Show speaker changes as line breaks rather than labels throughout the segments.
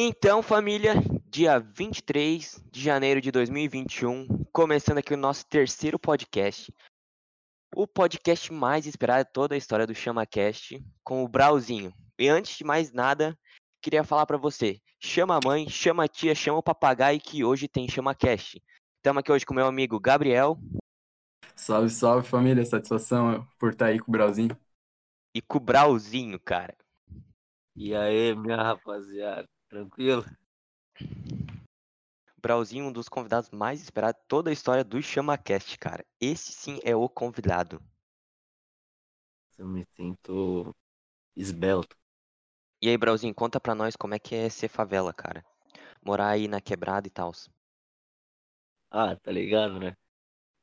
Então, família, dia 23 de janeiro de 2021, começando aqui o nosso terceiro podcast. O podcast mais esperado de toda a história do ChamaCast, com o Brauzinho. E antes de mais nada, queria falar para você, chama a mãe, chama a tia, chama o papagaio que hoje tem ChamaCast. Estamos aqui hoje com meu amigo Gabriel
Salve, salve família, satisfação por estar aí com o Brauzinho.
e com o Brauzinho, cara.
E aí, minha rapaziada, tranquilo?
Brauzinho, um dos convidados mais esperados de toda a história do ChamaCast, cara. Esse sim é o convidado.
Eu me sinto esbelto.
E aí, Brauzinho, conta pra nós como é que é ser favela, cara. Morar aí na quebrada e tal.
Ah, tá ligado, né?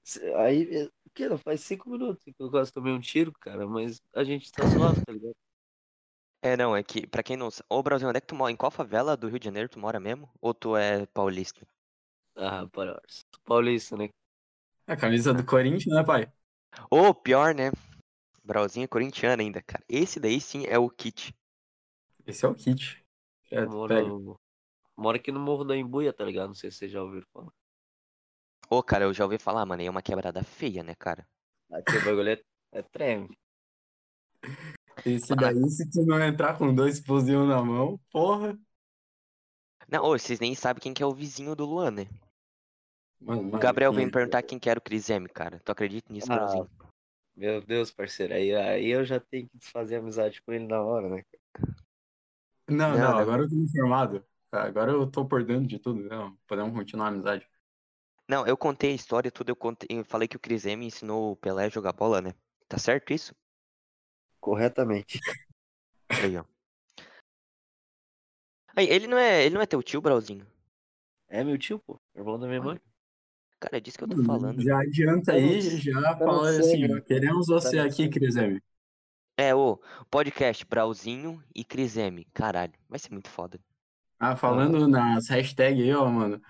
Cê- Aí, é, o que? Faz cinco minutos que eu quase tomei um tiro, cara, mas a gente tá suave, tá ligado?
É, não, é que, pra quem não sabe. Ô, Brauzinho, onde é que tu mora? Em qual favela do Rio de Janeiro tu mora mesmo? Ou tu é paulista?
Ah, rapaz, sou paulista, né?
A camisa do Corinthians, né, pai?
Ou pior, né? Brauzinho é corintiano ainda, cara. Esse daí sim é o kit.
Esse é o kit. É, tu
Moro,
pega.
no- moro aqui no Morro da Embuia, tá ligado? Não sei se vocês já ouviram falar.
Ô, cara, eu já ouvi falar, mano, aí é uma quebrada feia, né, cara?
Aqui o bagulho é, é treme.
Esse daí, se tu não entrar com dois fuzil na mão, porra.
Não, ô, vocês nem sabem quem que é o vizinho do Luan, né?
Mano,
O
mano,
Gabriel veio
que-
me perguntar quem é que era o Cris M, cara. Tu acredita nisso,
Ah,
Brauzinho?
Meu Deus, parceiro, aí, aí eu já tenho que desfazer amizade com ele na hora, né?
Não,
Não, né?
não,
não.
agora eu tô informado. Tá, Agora eu tô por dentro de tudo. Não, podemos continuar a amizade.
Não, eu contei a história, tudo. Eu, contei, eu falei que o Cris M ensinou o Pelé a jogar bola, né? Tá certo isso?
Corretamente.
Aí, ó. Aí, ele não é, ele não é teu tio, Brauzinho?
É meu tio, pô, irmão da minha mãe.
Cara, é disso que eu tô
Mano,
falando.
Já adianta aí,
Tá no-
já
no
fala assim,
sangue, né?
queremos você
no
aqui,
sangue.
Crisem.
É, o podcast Brauzinho e Cris M. Caralho, vai ser muito foda.
Ah, falando nas hashtags aí, ó, mano.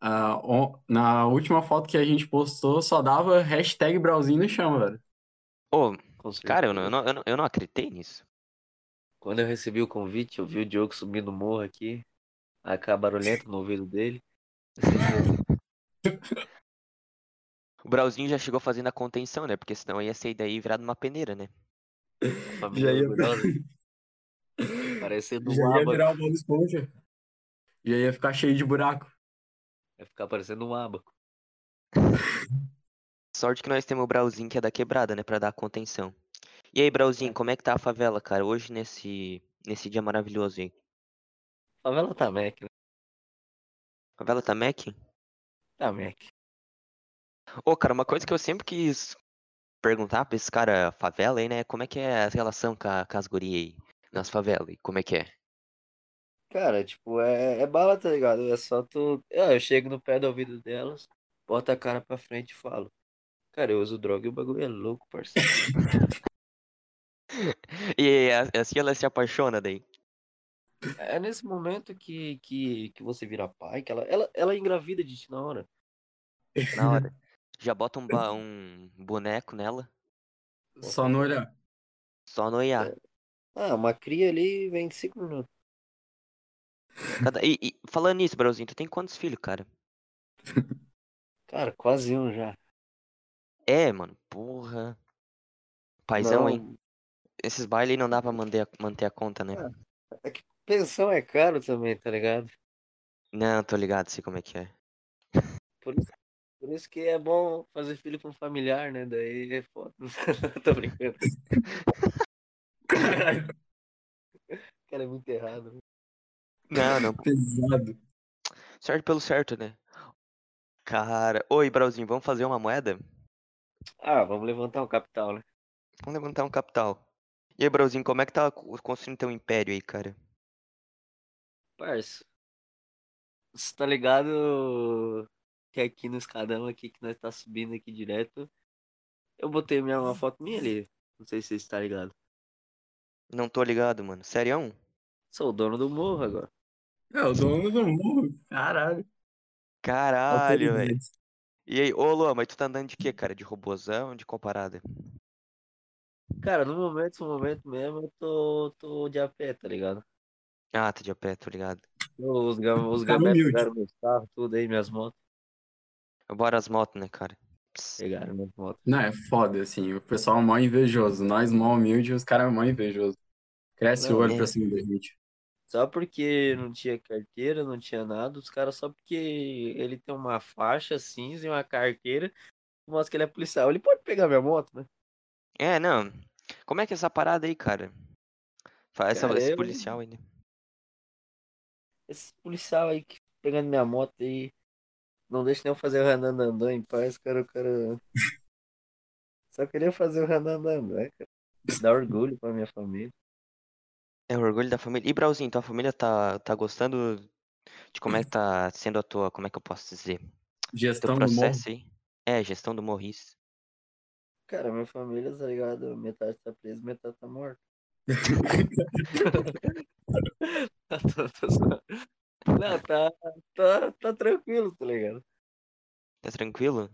ah, on- na última foto que a gente postou, só dava hashtag Brauzinho no chão, velho.
Ô,
Com certeza.
cara, eu não, eu, não, eu, não, eu não acreditei nisso.
Quando eu recebi o convite, eu vi o Diogo subir no morro aqui, a cá barulhento no ouvido dele.
O Brauzinho já chegou fazendo a contenção, né? Porque senão ia sair daí virado uma peneira, né?
A família
Já ia-
orgulhosa. Parecendo um
Já ia
abaco.
virar o Bob Esponja. Já ia ficar cheio de buraco.
Vai ficar parecendo um abaco.
Sorte que nós temos o Brauzinho que é da quebrada, né? Pra dar a contenção. E aí, Brauzinho, como é que tá a favela, cara? Hoje nesse, nesse dia maravilhoso aí.
Favela tá mec, né?
Favela tá Mac?
Tá mec.
Ô, cara, uma coisa que eu sempre quis perguntar pra esse cara favela aí, né? Como é que é a relação com, a, com as gurias aí nas favelas? aí? Como é que é?
Cara, tipo, é, é bala, tá ligado? É só tu. Ah, eu chego no pé do ouvido delas, boto a cara pra frente e falo. Cara, eu uso droga e o bagulho é louco, parceiro.
E a- assim ela se apaixona daí.
É nesse momento que, que, que você vira pai, que ela, ela, ela engravida de ti na hora.
tipo, Na hora. Já bota um, ba- um boneco nela,
Só no olhar.
só noiar.
Ah, uma cria ali vem cinco minutos.
Cada... E, e falando nisso, Brauzinho, tu tem quantos filhos, cara?
Cara, quase um já.
É, mano, porra. Paizão, hein?
Não,
Esses bailes aí não dá pra manter a, manter a conta, né?
Pensão é caro também, tá ligado?
Não, tô ligado, sei como é que é.
Por isso, por isso que é bom fazer filho com familiar, né? Daí é foda. Tô brincando.
Caralho,
Cara, é muito errado. né?
Não, não.
pesado.
Certo pelo certo, né? Cara. Oi, Brauzinho, vamos fazer uma moeda?
Ah, vamos levantar o capital, né?
Vamos levantar um capital. E aí, Brauzinho, como é que tá co- construindo teu império aí, cara?
Parça. Você tá ligado que aqui no escadão aqui que nós tá subindo aqui direto. Eu botei minha, uma foto minha ali. Não sei se você tá ligado.
Não tô ligado, mano. um? Sério?
Sou o dono do morro agora.
É, o dono do mundo. Caralho.
Caralho, velho.
Autoridade.
E aí, ô Luan, mas tu tá andando de quê, cara? De robozão, de qual parada?
Cara, no momento, no momento mesmo, eu tô, tô de a pé, tá ligado?
Ah, tá de a pé, tô ligado.
Os, ga- os
Cara
gametos
humilde.
pegaram meus carros, tudo aí, minhas motos.
Bora as motos, né, cara?
É.
Pss,
Pegaram minhas motos.
Não, é foda, assim. O pessoal é mó invejoso. Nós, mó humilde, os caras é mó invejoso. Cresce
Não,
o olho
é.
pra cima da gente.
Só porque não tinha carteira, não tinha nada, os caras só porque ele tem uma faixa cinza e uma carteira, mostra que ele é policial. Ele pode pegar minha moto, né?
É, não. Como é que é essa parada aí, cara? Faz essa,
Cara,
esse
eu-
policial aí, né?
Esse policial aí que fica pegando minha moto aí, não deixa nem eu fazer o ranandandã em paz, cara, o cara... Só queria fazer o ranandandã, cara. Dá orgulho pra minha família.
É o orgulho da família. E Brauzinho, tua família tá, tá gostando de como é que tá sendo a tua, como é que eu posso dizer? Teu
Gestão do morro.
processo aí? É, gestão do Morris.
Cara, minha família, tá ligado? Metade tá presa, metade tá morta. Tá, tá, tá só- Não, tá, tá, tá tranquilo, tá ligado?
Tá tranquilo?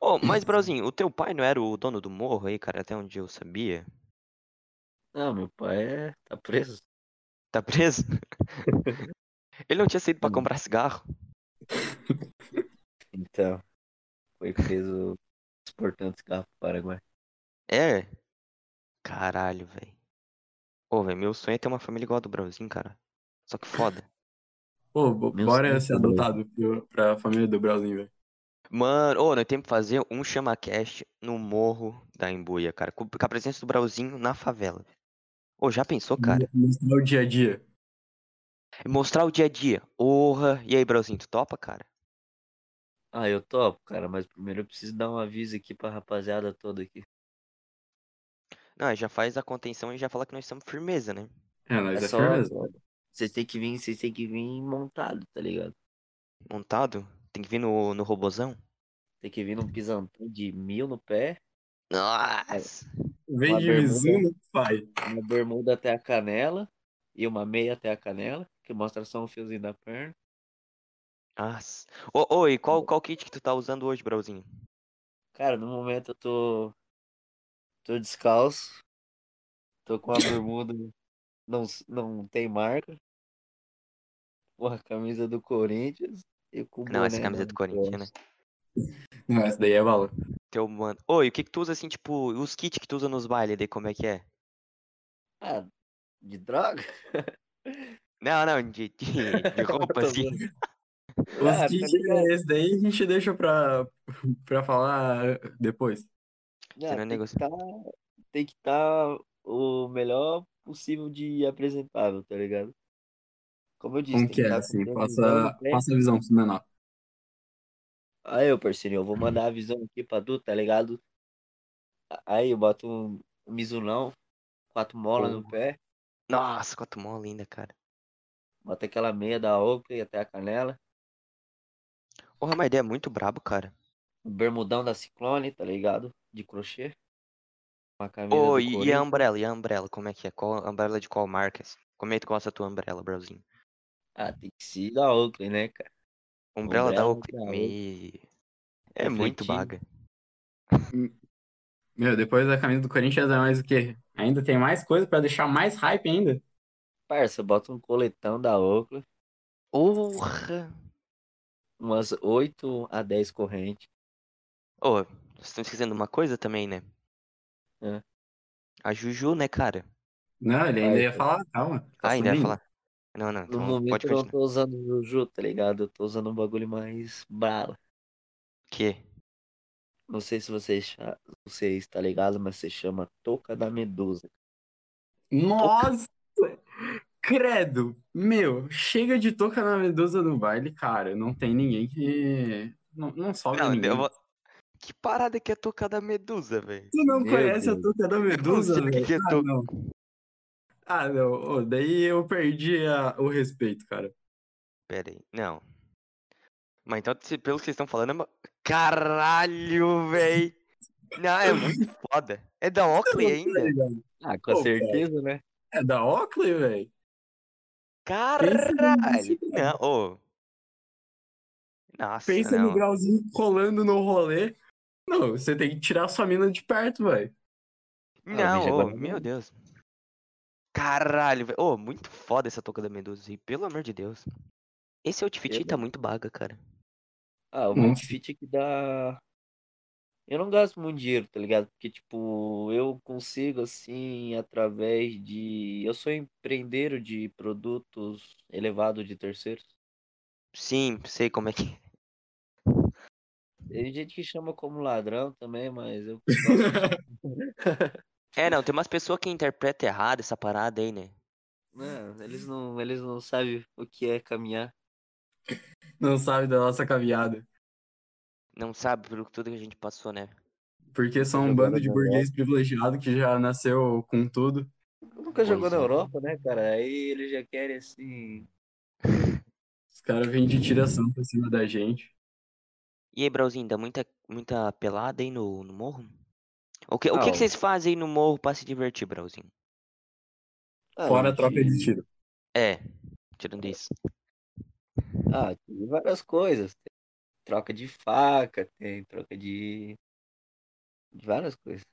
Ô, mas Brauzinho, o teu pai não era o dono do morro aí, cara, até onde eu sabia?
Não, meu pai é... tá preso.
Tá preso? Ele não tinha saído pra
Hum.
comprar cigarro?
Então, foi preso exportando cigarro pro Paraguai.
É? Caralho, velho. Ô, velho, meu sonho é ter uma família igual a do Brauzinho, cara. Só que foda.
Pô, bo-
Meu
bora
Deus,
ser
tá doido.
adotado pro- pra família do Brauzinho, velho.
Mano, ô, nós temos que fazer um chamacast no morro da Embuia, cara. Com com a presença do Brauzinho na favela. Ô, já pensou, cara?
Mostrar o dia a dia.
Mostrar o dia a dia. Porra. E aí, Brauzinho, tu topa, cara?
Ah, eu topo, cara, mas primeiro eu preciso dar um aviso aqui pra rapaziada toda aqui.
Não, aí já faz a contenção e já fala que nós estamos firmeza, né?
É, nós
É
é,
só-
firmeza.
Vocês têm que vir, vocês têm que vir montado, tá ligado?
Montado. Tem que vir no, no robozão.
Tem que vir num pisantão de mil no pé,
Nossa.
Vem
Uma
de
bermuda.
Mizuno, pai.
uma bermuda até a canela e uma meia até a canela, que mostra só um fiozinho da perna.
Nossa. Ô, ô, e
Hum.
qual, qual kit que tu tá usando hoje, Brauzinho?
Cara, no momento eu tô. tô descalço. Tô com a bermuda. Não, s- não tem marca. Com a camisa do Corinthians. E com o
Não, essa
boné
camisa
da
do Corinthians, né?
Cross.
Não, essa daí é bala.
Teu mano. Ô, e o que que tu usa assim, tipo, os kits que tu usa nos bailes, daí como é que é?
Ah, de droga?
Não, não, de, de, de roupa,
Tô
assim.
zoando.
Os
Ah, tá
kits, é
ligado.
esse daí a gente deixa pra, pra falar depois.
Será
Ah, tem,
negócio?
que tá, tem que tá o melhor possível de apresentável, tá ligado? Como eu disse,
Como
tem
que é,
tá com
assim?
previsão
Passa,
no pé.
passa a visão pro menor.
Aí, ô parceirinho, eu vou mandar a visão aqui pra tu, tá ligado? A- Aí eu boto um Mizunão, quatro molas no pé,
Nossa, quanto mó linda, cara.
boto aquela meia da Oakley até a canela,
Porra, mas ideia é muito brabo, cara.
um bermudão da Ciclone, tá ligado? De crochê. Uma camisa
Ô,
do
e, e a
Corinthians.
Umbrella, e a Umbrella, como é que é? Qual, a Umbrella de qual marca? assim? Como é que tu gosta da tua Umbrella, Brauzinho?
Ah, tem que ser da Oakley, né, cara?
Umbrella da Oakley.
Umbrella da
me- É muito
Refletindo.
baga.
Meu, depois da camisa do Corinthians é mais o quê? Ainda tem mais coisa pra deixar mais hype ainda?
Parça, bota um coletão da Oakley.
Porra!
umas 8 a 10 correntes.
Ô, vocês estão esquecendo uma coisa também, né?
É.
A Juju, né, cara?
Não, ele ainda
Ai,
ia
pô.
falar, calma. Tá
ah, ainda ia
subindo.
falar. Não, não,
No
então
momento
pode
eu não
continuar.
tô usando o Juju, tá ligado? Eu tô usando um bagulho mais bala.
Que?
Não sei se vocês, cha- vocês tá ligado, mas se chama Toca da Medusa.
Nossa! Credo! Meu, chega de toca na medusa no baile, cara. Não tem ninguém que. Não, não sobe
Não,
ninguém.
eu vou- Que parada que é tocar da medusa, velho?
Tu não
Meu
conhece a
Deus.
toca da medusa,
sei o que
velho?
que é
ah,
toca.
não. Ah, não. Ô, daí eu perdi a- o respeito, cara.
Pera aí, não. Mas então, se- pelo que vocês estão falando, é uma... Caralho, véi! Não, é muito foda. É da Oakley ainda?
Ah, com
Pô,
certeza, né?
É da Oakley, velho? Pensa no
Caralho!
Brasil,
Não, ô. Nossa,
Pensa
não.
no grauzinho colando no rolê. Não, você tem que tirar sua mina de perto, velho.
Ah, o bicho é
Não, ô,
guardadão.
meu Deus. Caralho, velho. Ô, muito foda essa touca da Medusa. E pelo amor de Deus. Esse outfit aí
Eu
tá muito baga, cara.
Ah, o
Nossa.
outfit que dá. Eu não gasto muito dinheiro, tá ligado? Porque, tipo, eu consigo, assim, através de. Eu sou empreendedor de produtos elevados de terceiros.
Sim, sei como é que.
Tem gente que chama como ladrão também, mas eu.
É, não, tem umas pessoas que interpretam errado essa parada aí, né?
não, né, eles não, eles não sabem o que é caminhar.
Não sabe da nossa caveada.
Não sabe pelo tudo que a gente passou, né?
Porque são um
Jogando
bando de
na
burguês privilegiado que já nasceu com tudo.
Nunca jogou
Pois
na
é.
Europa, né, cara? Aí eles já querem, assim.
Os caras vêm de tiração pra cima da gente.
E aí, Brauzinho, dá muita, muita pelada aí no, no morro? O que, o que
Ah,
que vocês fazem aí no morro pra se divertir, Brauzinho?
ah,
Fora a
gente,
troca de tiro.
É, tirando isso.
Ah, tem várias coisas. Tem troca de faca, tem troca de. de várias coisas.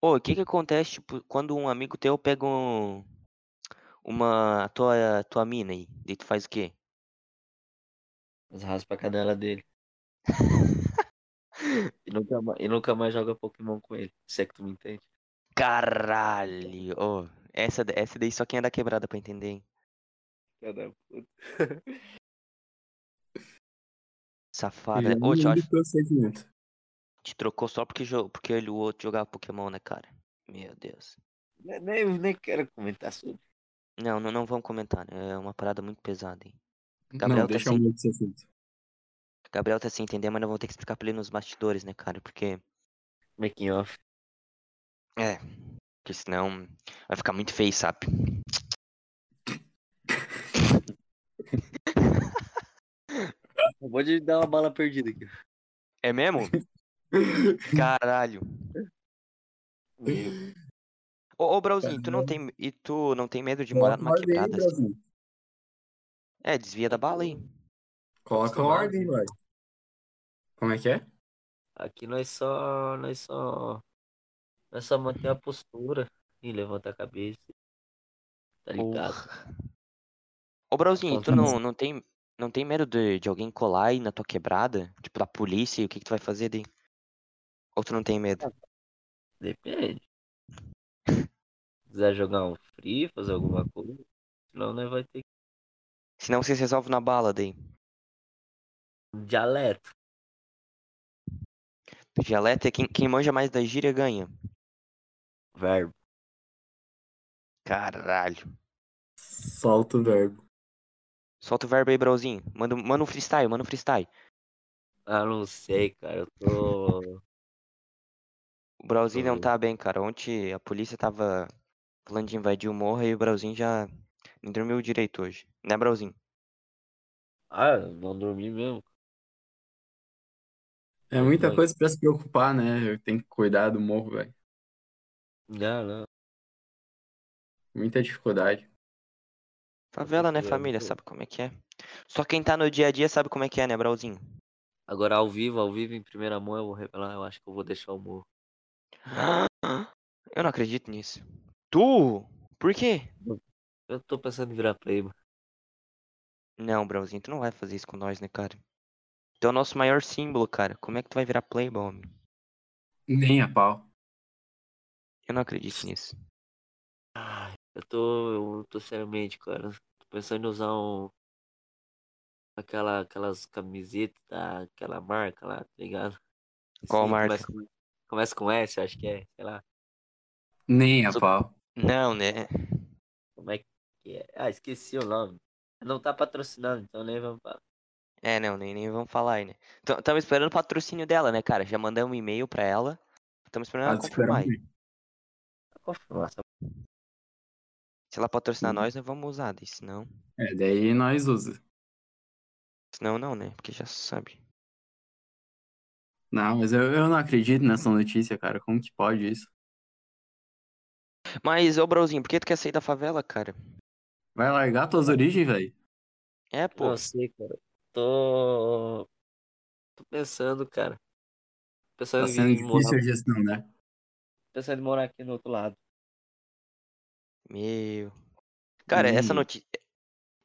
Ô, o que que acontece, tipo, quando um amigo teu pega um, uma a tua, a tua mina aí? Daí tu faz o quê?
Mas raspa a cadela dele. E nunca, ma- e nunca mais joga Pokémon com ele. Se é que tu me entende.
Caralho! Ô, essa, da- essa daí só quem é da quebrada pra entender, hein?
Filha da puta.
Safada.
Ele
Ô,
não
Jorge,
liga pro segmento.
te trocou só porque, jo- porque ele, o outro jogava Pokémon, né, cara? Meu Deus.
Ne- Nem, nem quero comentar sobre.
Não, não, não vamos comentar, né? É uma parada muito pesada, hein? Gabriel
Não,
tá
deixa
sem-
eu mudar esse assunto.
Gabriel tá sem entender, mas nós vamos ter que explicar pra ele nos bastidores, né, cara? Porque, é,
Making off.
porque senão vai ficar muito feio, sabe?
Acabou de dar uma bala perdida aqui.
É mesmo? Caralho.
Meu,
Ô, ô Brauzinho, tu não tem. E tu não tem medo de morar numa
Coloca ordem aí,
quebrada? assim?
Brasil.
É, desvia da bala aí.
Coloca ordem, vai. Como é que é?
Aqui nós só. Nós só. Nós só manter a postura. E levanta a cabeça. Tá ligado?
Porra. Ô Brauzinho, tu
Falta
não, não tem. Não tem medo de, de alguém colar aí na tua quebrada? Tipo, da polícia, e o que, que tu vai fazer daí? Ou tu não tem medo?
Depende. Quiser jogar um free, fazer alguma coisa, senão nós vai ter
Senão vocês resolvem na bala daí.
um dialeto.
Do dialeto é quem, quem manja mais da gíria ganha.
Verbo.
Caralho.
Solta o verbo.
Solta o verbo aí, Brauzinho. Manda, um- manda um freestyle, manda um freestyle.
Ah, não sei, cara. Eu tô.
O Brauzinho não
Tô.
tá bem, cara. Ontem a polícia tava falando de invadir o morro e o Brauzinho já não dormiu direito hoje. Né, Brauzinho?
Ah, eu não dormi mesmo.
É muita
Vai.
coisa pra se preocupar, né? Eu tenho que cuidar do morro, velho.
Não, não.
Muita dificuldade.
Favela, né,
tranquilo,
família?
tranquilo.
Sabe como é que é? Só quem tá no dia a dia sabe como é que é, né, Brauzinho?
Agora ao vivo, ao vivo, em primeira mão, eu vou revelar. Eu acho que eu vou deixar o morro.
Eu não acredito nisso. Tu? Por quê?
Eu tô pensando em virar playboy.
Não, Brauzinho, tu não vai fazer isso com nós, né, cara? Tu é o nosso maior símbolo, cara. Como é que tu vai virar playboy, homem?
Nem a pau.
Eu não acredito nisso.
Ai, eu tô. Eu tô seriamente, cara. Tô pensando em usar um. Aquela, aquelas camisetas, da- aquela marca lá, tá ligado?
Qual
Sim,
marca?
Começa com, começa com S, eu acho que é, sei lá.
Nem a
Sou-
pau.
Não, né?
Como é que é? Ah, esqueci o nome. Não tá patrocinando, então nem vamos falar.
É, não, nem, nem vamos falar aí, né? Estamos esperando o patrocínio dela, né, cara? Já mandamos um e-mail pra ela. Estamos esperando
Ah,
ela
Tá esperando
confirmar. aí.
muito.
Tá Nossa,
Se ela patrocinar
Hum.
nós, nós vamos usar. Daí, senão,
É, daí nós usa.
senão não, né? Porque já sabe.
Não, mas eu, eu não acredito nessa notícia, cara. Como que pode isso?
Mas, ô, Brauzinho, por que tu quer sair da favela, cara?
Vai largar tuas origens, velho?
É, pô.
não sei, cara. Tô. Tô pensando, cara. Pensando,
Tá sendo
em morar...
difícil a gestão, né?
pensando em morar aqui no outro lado.
Meu. Cara, essa
Hum.
notícia.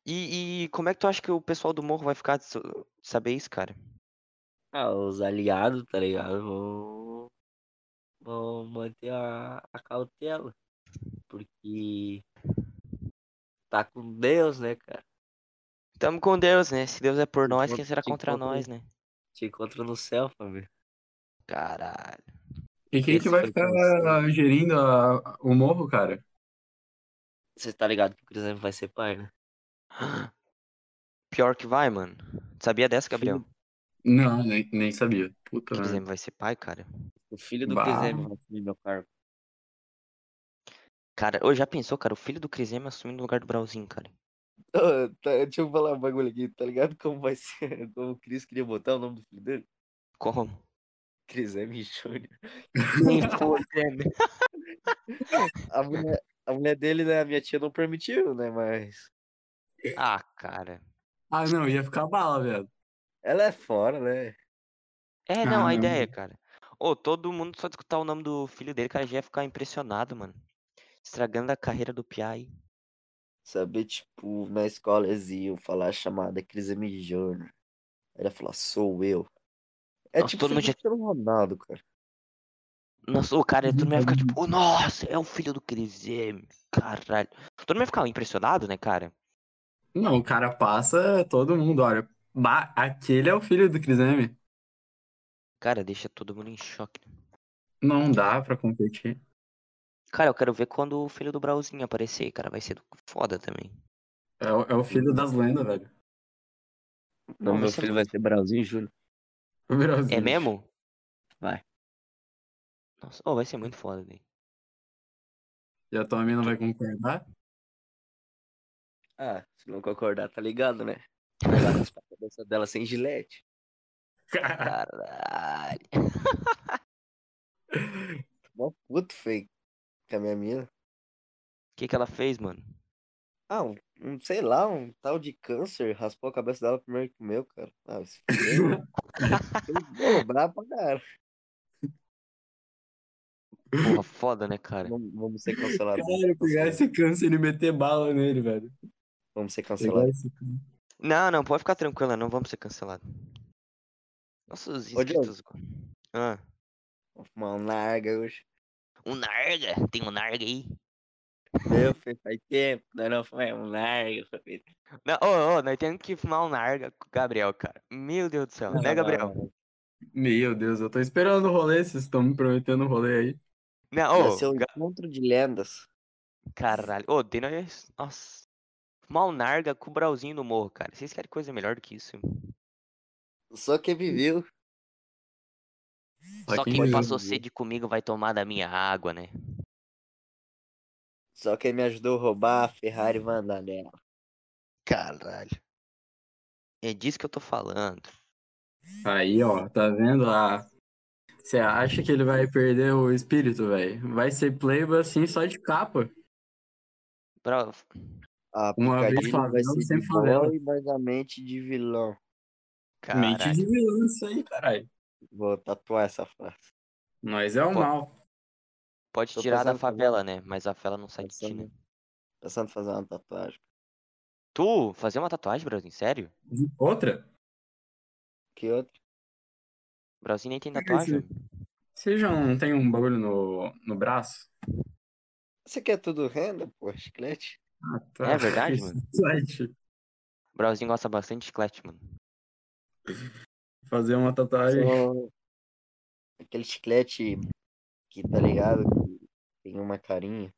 E, e como é que tu acha que o pessoal do morro vai ficar de so- saber isso, cara?
Ah, os aliados, tá ligado? Vão, vão manter a, a cautela. Porque tá com Deus, né, cara?
Tamo com Deus, né? Se Deus é por
Te
nós,
encont-
quem será
te
contra
encontro-
nós, né?
Te encontro no céu, família.
Caralho.
E quem
Esse
que vai
foi
ficar
o
gerindo a- o morro, cara?
Você tá ligado que o Cruzeiro vai ser pai, né?
Pior que vai, mano. Sabia dessa, Gabriel?
Não, nem, nem sabia. Puta,
Que
merda.
vai ser pai, cara.
O filho do
Bah.
Crisem vai assumir meu cargo.
Cara, ô, já pensou, cara? O filho do Crisema assumindo o lugar do Brauzinho, cara.
Ô, tá, deixa eu falar um bagulho aqui, tá ligado como vai ser? Como o Cris queria botar o nome do filho dele?
Como?
Cris M. Júnior.
Nem foda, né?
A mulher, a mulher dele, né? A minha tia não permitiu, né? Mas.
Ah, cara.
Ah, não, ia ficar bala, velho.
Ela é fora, né?
É, não, a
Caramba.
ideia, cara. Ô, todo mundo só escutar o nome do filho dele, cara, já ia ficar impressionado, mano. Estragando a carreira do Piai.
Saber, tipo, na escola eles iam falar a chamada Cris M. Júnior. Ela ia falar, sou eu. É
Nossa,
tipo
todo
ser
mundo já-
Cristiano Ronaldo, cara.
Nossa, o cara, todo mundo ia ficar
Uhum.
tipo, "Ô, nossa, é o filho do Crisema. Caralho. Todo mundo ia ficar impressionado, né, cara?
Não, o cara passa, todo mundo olha. Bah, aquele é o filho do Criseme.
Cara, deixa todo mundo em choque.
Não dá pra competir.
Cara, eu quero ver quando o filho do Brauzinho aparecer, cara. Vai ser do- foda também.
É, o- é o filho das lendas, velho.
Não,
Não,
vai
meu
ser
filho vai ser Brauzinho Júnior.
O Brasil.
É mesmo?
Vai.
Nossa, oh, vai ser muito foda, velho.
E a tua mina vai concordar?
Ah, se não concordar, tá ligado, né? Vai lá raspar a cabeça dela sem gilete.
Caralho.
Mó puto feio com a minha mina.
O que, que ela fez, mano?
Ah, um, um, sei lá, um tal de câncer raspou a cabeça dela primeiro que o meu, cara. Ah, esse Pô, brabo pra caralho.
Porra, foda, né, cara?
Vamos, vamos ser cancelados.
Cara, pegar esse câncer e meter bala nele, velho.
Vamos ser
Pegar
cancelados.
esse câncer.
Não, não, pode ficar tranquila, não vamos ser cancelados. Nossos
Ô, Diogo.
inscritos. Ah,
Vou fumar um narga hoje.
um Narga? Tem um Narga aí?
Meu filho, faz tempo. Nós não fumamos um narga, família.
Não, ô, ô, nós temos que fumar um Narga com o Gabriel, cara. Meu Deus do céu, né, Gabriel?
Meu Deus, eu tô esperando o rolê, vocês estão me prometendo o rolê aí.
Não,
Vai
ô,
ser um
Ga-
encontro de lendas.
caralho. Ô, tem nós. Nossa. Fumar um Narga com o Brauzinho no morro, cara. Vocês querem coisa melhor do que isso?
Só quem viveu.
Só
Só
quem
quem
viu,
passou
viu.
sede comigo vai tomar da minha água, né?
Só quem me ajudou a roubar a Ferrari Vandanela.
Caralho. É disso que eu tô falando.
Aí, ó, tá vendo? Você acha que ele vai perder o espírito, velho? Vai ser playboy assim só de capa.
Bra-
A
Uma vez
Picadilly
favela,
vai ser
sem
de bom
favela.
e mais a mente de vilão.
Mente
Caralho.
de vilão isso aí, caralho.
Vou tatuar essa frase.
Nós é o
Pô,
mal.
Pode
Tô
tirar da
pensando também.
favela, né? Mas a favela não sai de ti, né?
Pensando, Tá pensando em fazer uma tatuagem.
Tu fazer uma tatuagem, Brasil? Sério?
Outra?
Que outra?
Brasil nem tem
Cara,
tatuagem.
Você já não tem um bagulho no, no braço?
Você quer tudo renda, pô? Chiclete?
Ah, tá.
É verdade, mano.
Site.
Brasil gosta bastante de chiclete, mano.
Fazer uma tatuagem.
Só Aquele chiclete que tá ligado? Que tem uma carinha.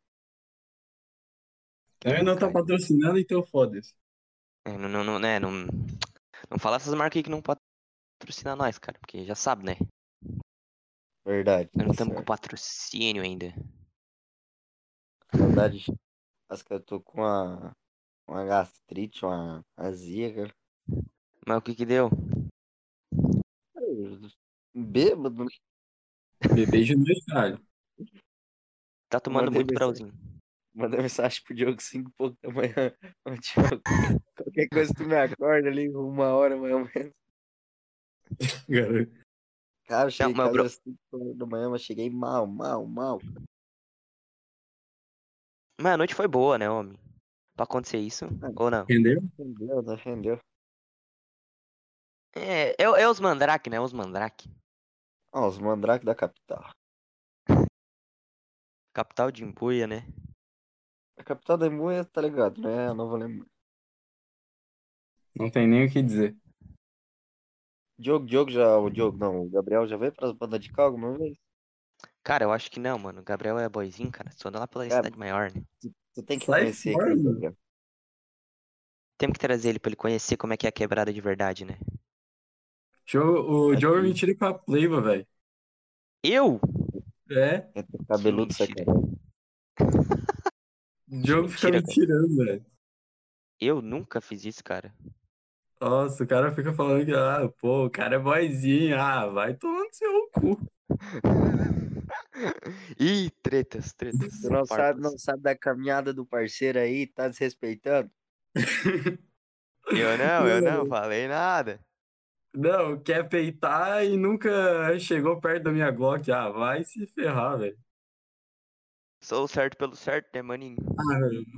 Eu não tá
Cara,
patrocinando, então foda-se.
é, não, não, não, né? Não, não fala essas marcas aí que não patrocina nós, cara. Porque já sabe, né?
Verdade.
Nós não
tá
estamos com
certo.
patrocínio ainda.
Saudade. Acho que eu tô com uma, uma gastrite, uma azia, cara.
Mas o que que deu?
Bêbado, né?
Bebê de noite, caralho.
Tá tomando
mandei
muito,
mensagem.
Brasil.
Mandei mensagem pro Diogo 5 e pouco da manhã. Ô, Diogo, qualquer coisa tu me acorda ali, uma hora mais ou menos.
Cara,
Cara, eu cheguei em
mas,
casa
bro-
às 5 horas da manhã, mas cheguei mal, mal, mal.
Mas a noite foi boa, né, homem? Pra acontecer isso,
Ah.
ou não?
Entendeu?
Ofendeu, não ofendeu.
É, é, é os mandrake, né? Os mandrake.
Ah, os mandrake da capital.
Capital de Imbuia, né?
A capital da Imuia, tá ligado, né? A Nova Alemanha.
Não tem nem o que dizer.
Diogo, Diogo já. O Diogo, não. O Gabriel já veio pras bandas de cal alguma vez?
Cara, eu acho que não, mano. O Gabriel é boizinho, cara. Só anda lá
É.
pela
Cara,
cidade maior, né?
Tu tem que
Sai
conhecer
fora,
aqui, tá
mano.
Gabriel.
Temos que trazer ele pra ele conhecer como é que é a quebrada de verdade, né?
Jogo, o
Aqui.
Joe me tira com a Pleiva, velho.
Eu?
É.
Entre cabeludo
Mentira.
sacanagem.
O Joe fica
Mentira,
me
cara.
tirando, velho.
Eu nunca fiz isso, cara.
Nossa, o cara fica falando que, ah, pô, o cara é boizinho. Ah, vai tomando seu cu.
Ih, tretas, tretas.
Tu não sabe,
farpas.
não sabe da caminhada do parceiro aí, tá desrespeitando?
Eu não, eu não falei nada.
Não, quer peitar e nunca chegou perto da minha Glock. Ah, vai se ferrar, velho.
Sou o certo pelo certo, né, maninho?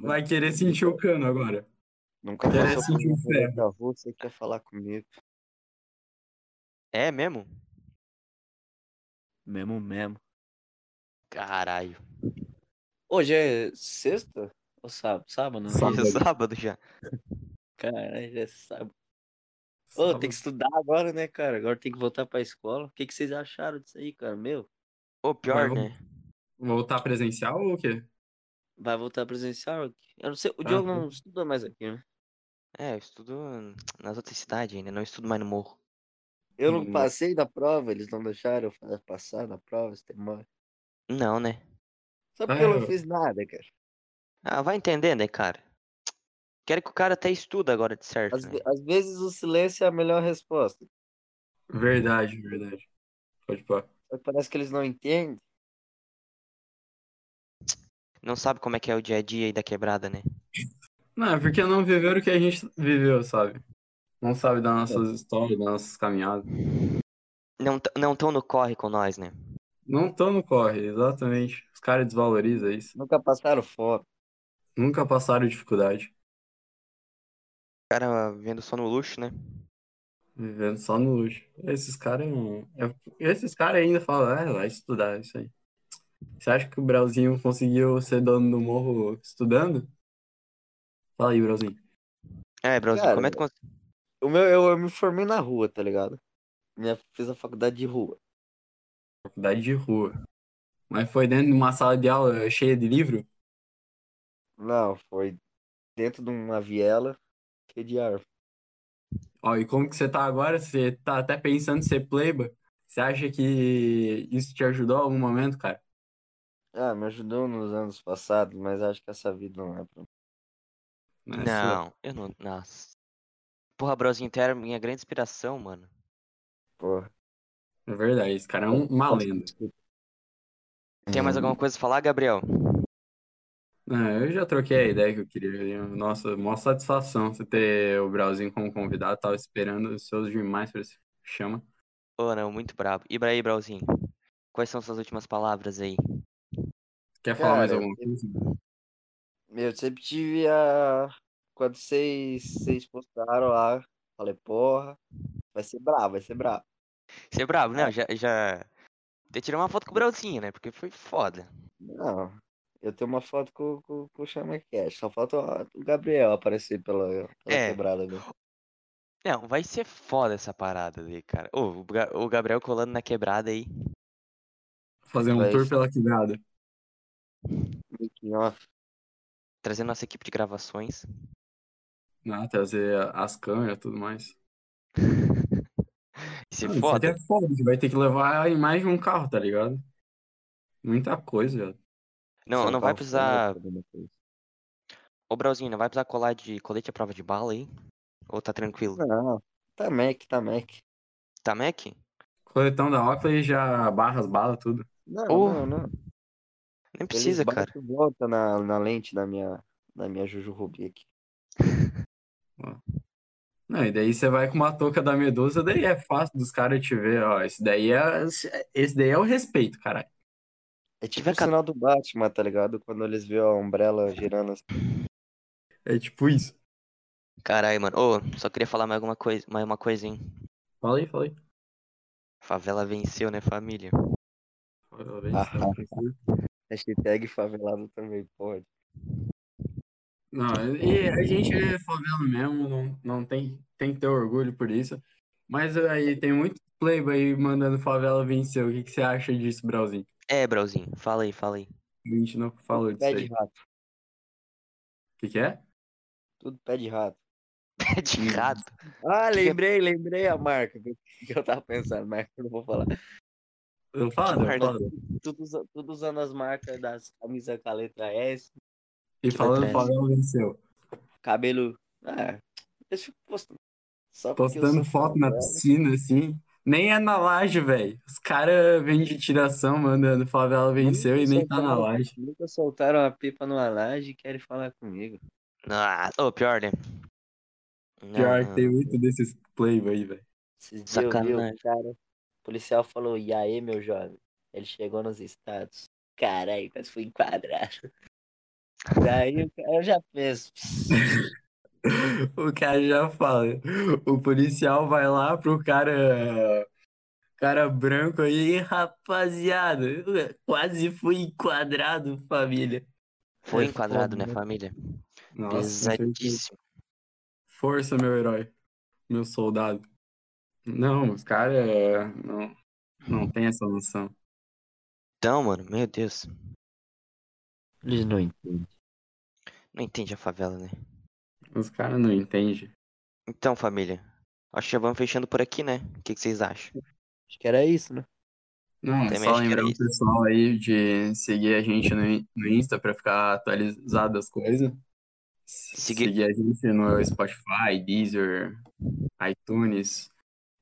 Vai querer sentir o cano agora.
Nunca
Quer
passou por
sentir o
uma
ferro.
da rua, você quer falar comigo.
É mesmo?
Mesmo, mesmo.
Caralho.
Hoje é sexta? Ou sábado? Sábado, não?
Sábado.
Hoje é sábado já.
Caralho, já é sábado. Ô, tem que estudar agora, né, cara? Agora tem que voltar pra escola. O que, que vocês acharam disso aí, cara? Meu,
Ou pior,
Vai,
né?
Voltar presencial ou o quê?
vai voltar presencial aqui? Eu não sei, o
Ah,
Diogo
tá.
não estuda mais aqui, né?
É, eu estudo hum, nas outras cidades ainda, não estudo mais no morro.
Eu não
Uhum.
Hum.
passei na prova, eles não deixaram eu fa- passar na prova, esse demônio.
Não, né?
Só porque eu
Ah,
não fiz nada, cara.
Ah, vai entender, né, cara? Quero que o cara até estuda agora de certo,
Às,
né?
ve- às vezes o silêncio é a melhor resposta.
Verdade, verdade. Pode pôr.
Só que Parece que eles não entendem.
Não sabe como é que é o dia a dia aí da quebrada, né?
Não, é porque não viveram o que a gente viveu, sabe? Não sabe das
É.
nossas histórias, das nossas caminhadas.
Não, t- não tão no corre com nós, né?
Não estão no corre, exatamente. Os caras desvalorizam isso.
Nunca passaram fome.
Nunca passaram dificuldade.
O cara vendo só no luxo, né?
Vivendo só no luxo. Esses caras não. é- Esses caras ainda falam, ah, vai estudar isso aí. Você acha que o Brauzinho conseguiu ser dono do morro estudando? Fala aí, Brauzinho.
É, Brasil,
Cara,
como é que cons-
O meu, eu, eu me formei na rua, tá ligado? Minha, fiz a faculdade de rua.
Faculdade de rua. Mas foi dentro de uma sala de aula cheia de livro?
Não, foi dentro de uma viela que de árvore.
Ó, e como que você tá agora? Você tá até pensando em ser pleiba? Você acha que isso te ajudou em algum momento, cara?
Ah, me ajudou nos anos passados, mas acho que essa vida não é pra mim.
Não. é sua.
Não, eu não. Nossa. Porra, Brasil, tu era minha grande inspiração, mano.
Porra.
É verdade, esse cara é um- uma lenda.
Tem
Uhum.
mais alguma coisa a falar, Gabriel?
É, eu já troquei
Uhum.
a ideia que eu queria. eu- Nossa, maior satisfação você ter o Brauzinho como convidado. Tava esperando os seus demais pra esse chama.
Ô, não, muito brabo. E aí, Brauzinho? Quais são suas últimas palavras aí?
Quer falar mais
Cara,
alguma coisa?
Meu, eu sempre tive a. Quando vocês, vocês postaram lá, falei, porra, vai ser brabo, vai ser brabo.
Você é brabo, né? Já, já. Até tirei uma foto com o Brauzinho, né? Porque foi foda.
Não, eu tenho uma foto com, com, com o Chama Cash, só falta o Gabriel aparecer pela, pela
É.
quebrada. Né?
Não, vai ser foda essa parada ali, cara. Ô, o Ga- o Gabriel colando na quebrada aí.
Fazer um
Vai.
tour pela quebrada.
Making off.
Trazendo nossa equipe de gravações.
né, Trazer as câmeras e tudo mais.
Isso é
Não, isso aqui
foda.
é foda. Você vai ter que levar em mais de um carro, tá ligado? Muita coisa, velho.
Não,
São
não vai
Paulo,
precisar.
alguma coisa.
Ô, Brauzinho, não vai precisar colar de colete à prova de bala aí? Ou tá tranquilo?
Não, tá Mac, tá Mac.
Tá, Mac?
Coletão da Oakley já barra as balas, tudo.
Não,
Oh,
não, não. Eles
Nem precisa, cara.
batem e volta na, na lente da minha, da minha Juju Rubi aqui.
Não, e daí você vai com uma touca da Medusa, daí é fácil dos caras te ver, ó. Esse daí é, esse daí é o respeito, caralho.
É tipo
Tiver
o
ca-
sinal do Batman, tá ligado? Quando eles vêem a Umbrella girando assim.
É tipo isso.
Caralho, mano. Ô, só queria falar mais alguma coisa, mais uma coisinha.
Fala aí, fala aí.
Favela venceu, né, família?
Fala, vem,
Ah,
fala.
Hashtag favelado também pode.
Não, e a gente é favela mesmo, não, não tem, tem que ter orgulho por isso. Mas aí tem muito playboy aí mandando favela vencer. O que, que você acha disso, Brauzinho?
É, Brauzinho, fala aí, fala aí.
A gente não falou disso
Pé de
aí. O
rato.
que, que é?
Tudo pé de rato.
Pé É de
Isso.
rato.
Ah, lembrei, lembrei a marca. que eu tava pensando, marca eu não vou falar.
Não fala, não
merda.
fala.
Tudo, usa- tudo usando as marcas das camisas com a letra S.
E falando
atrás.
favela venceu.
Cabelo. Ah, deixa eu postar. Só porque eu
Postando
sou
foto na
favela.
piscina, assim. Nem é na laje, velho. Os caras vêm de tiração mandando favela venceu e
Nunca
nem tá na
soltaram-
laje.
Nunca soltaram a pipa numa laje e querem falar comigo.
Ah, ô, pior, né?
Pior
Não,
que tem muito desses playboy aí, velho.
Esses dias eu vi
Sacanagem.
o cara. O policial falou, e aí, meu jovem? Ele chegou nos estados. Caralho, quase fui enquadrado. Daí o cara- eu já penso.
O cara já fala. O policial vai lá pro cara. Cara branco aí, rapaziada. Quase fui enquadrado, família.
Foi
É
enquadrado,
foda,
né, família?
Nossa, com certeza.
Pesadíssimo.
Força, meu herói. Meu soldado. Não, os caras não, não tem essa noção.
Então, mano, meu Deus.
Eles não entendem.
Não entende a favela, né?
Os caras não entendem.
Então, família. Acho que já vamos fechando por aqui, né? O que, que vocês acham?
Acho que era isso, né?
Não, é
Também
só
acho que era
lembrar o
isso.
pessoal aí de seguir a gente no, in- no Insta pra ficar atualizado das coisas. S-
Seguir-
Seguir a gente no Spotify, Deezer, iTunes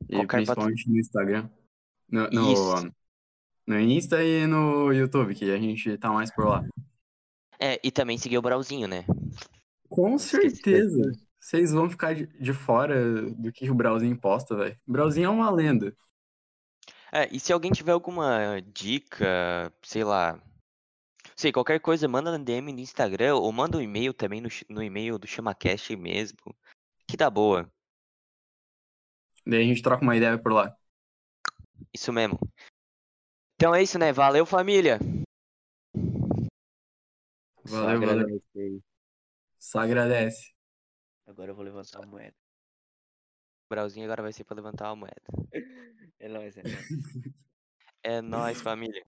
e
Qualquer
principalmente no Instagram. No,
Isso.
no, no Insta e no YouTube, que a gente tá mais por lá.
É, e também seguir o Brauzinho, né?
Com
Esqueci.
certeza. Vocês vão ficar de, de fora do que o Brauzinho posta, velho. O Brauzinho é uma lenda.
É, e se alguém tiver alguma dica, sei lá. Sei, qualquer coisa, manda na DM no Instagram ou manda um e-mail também no, ch- no e-mail do ChamaCast mesmo. Que dá boa.
Daí a gente troca uma ideia por lá.
Isso mesmo. Então é isso, né? Valeu, família.
Só
Valeu, valeu.
agradecer.
Só agradece.
Agora eu vou levantar a moeda.
O Brauzinho agora vai ser pra levantar uma moeda.
É nóis, é nóis.
É nóis, família.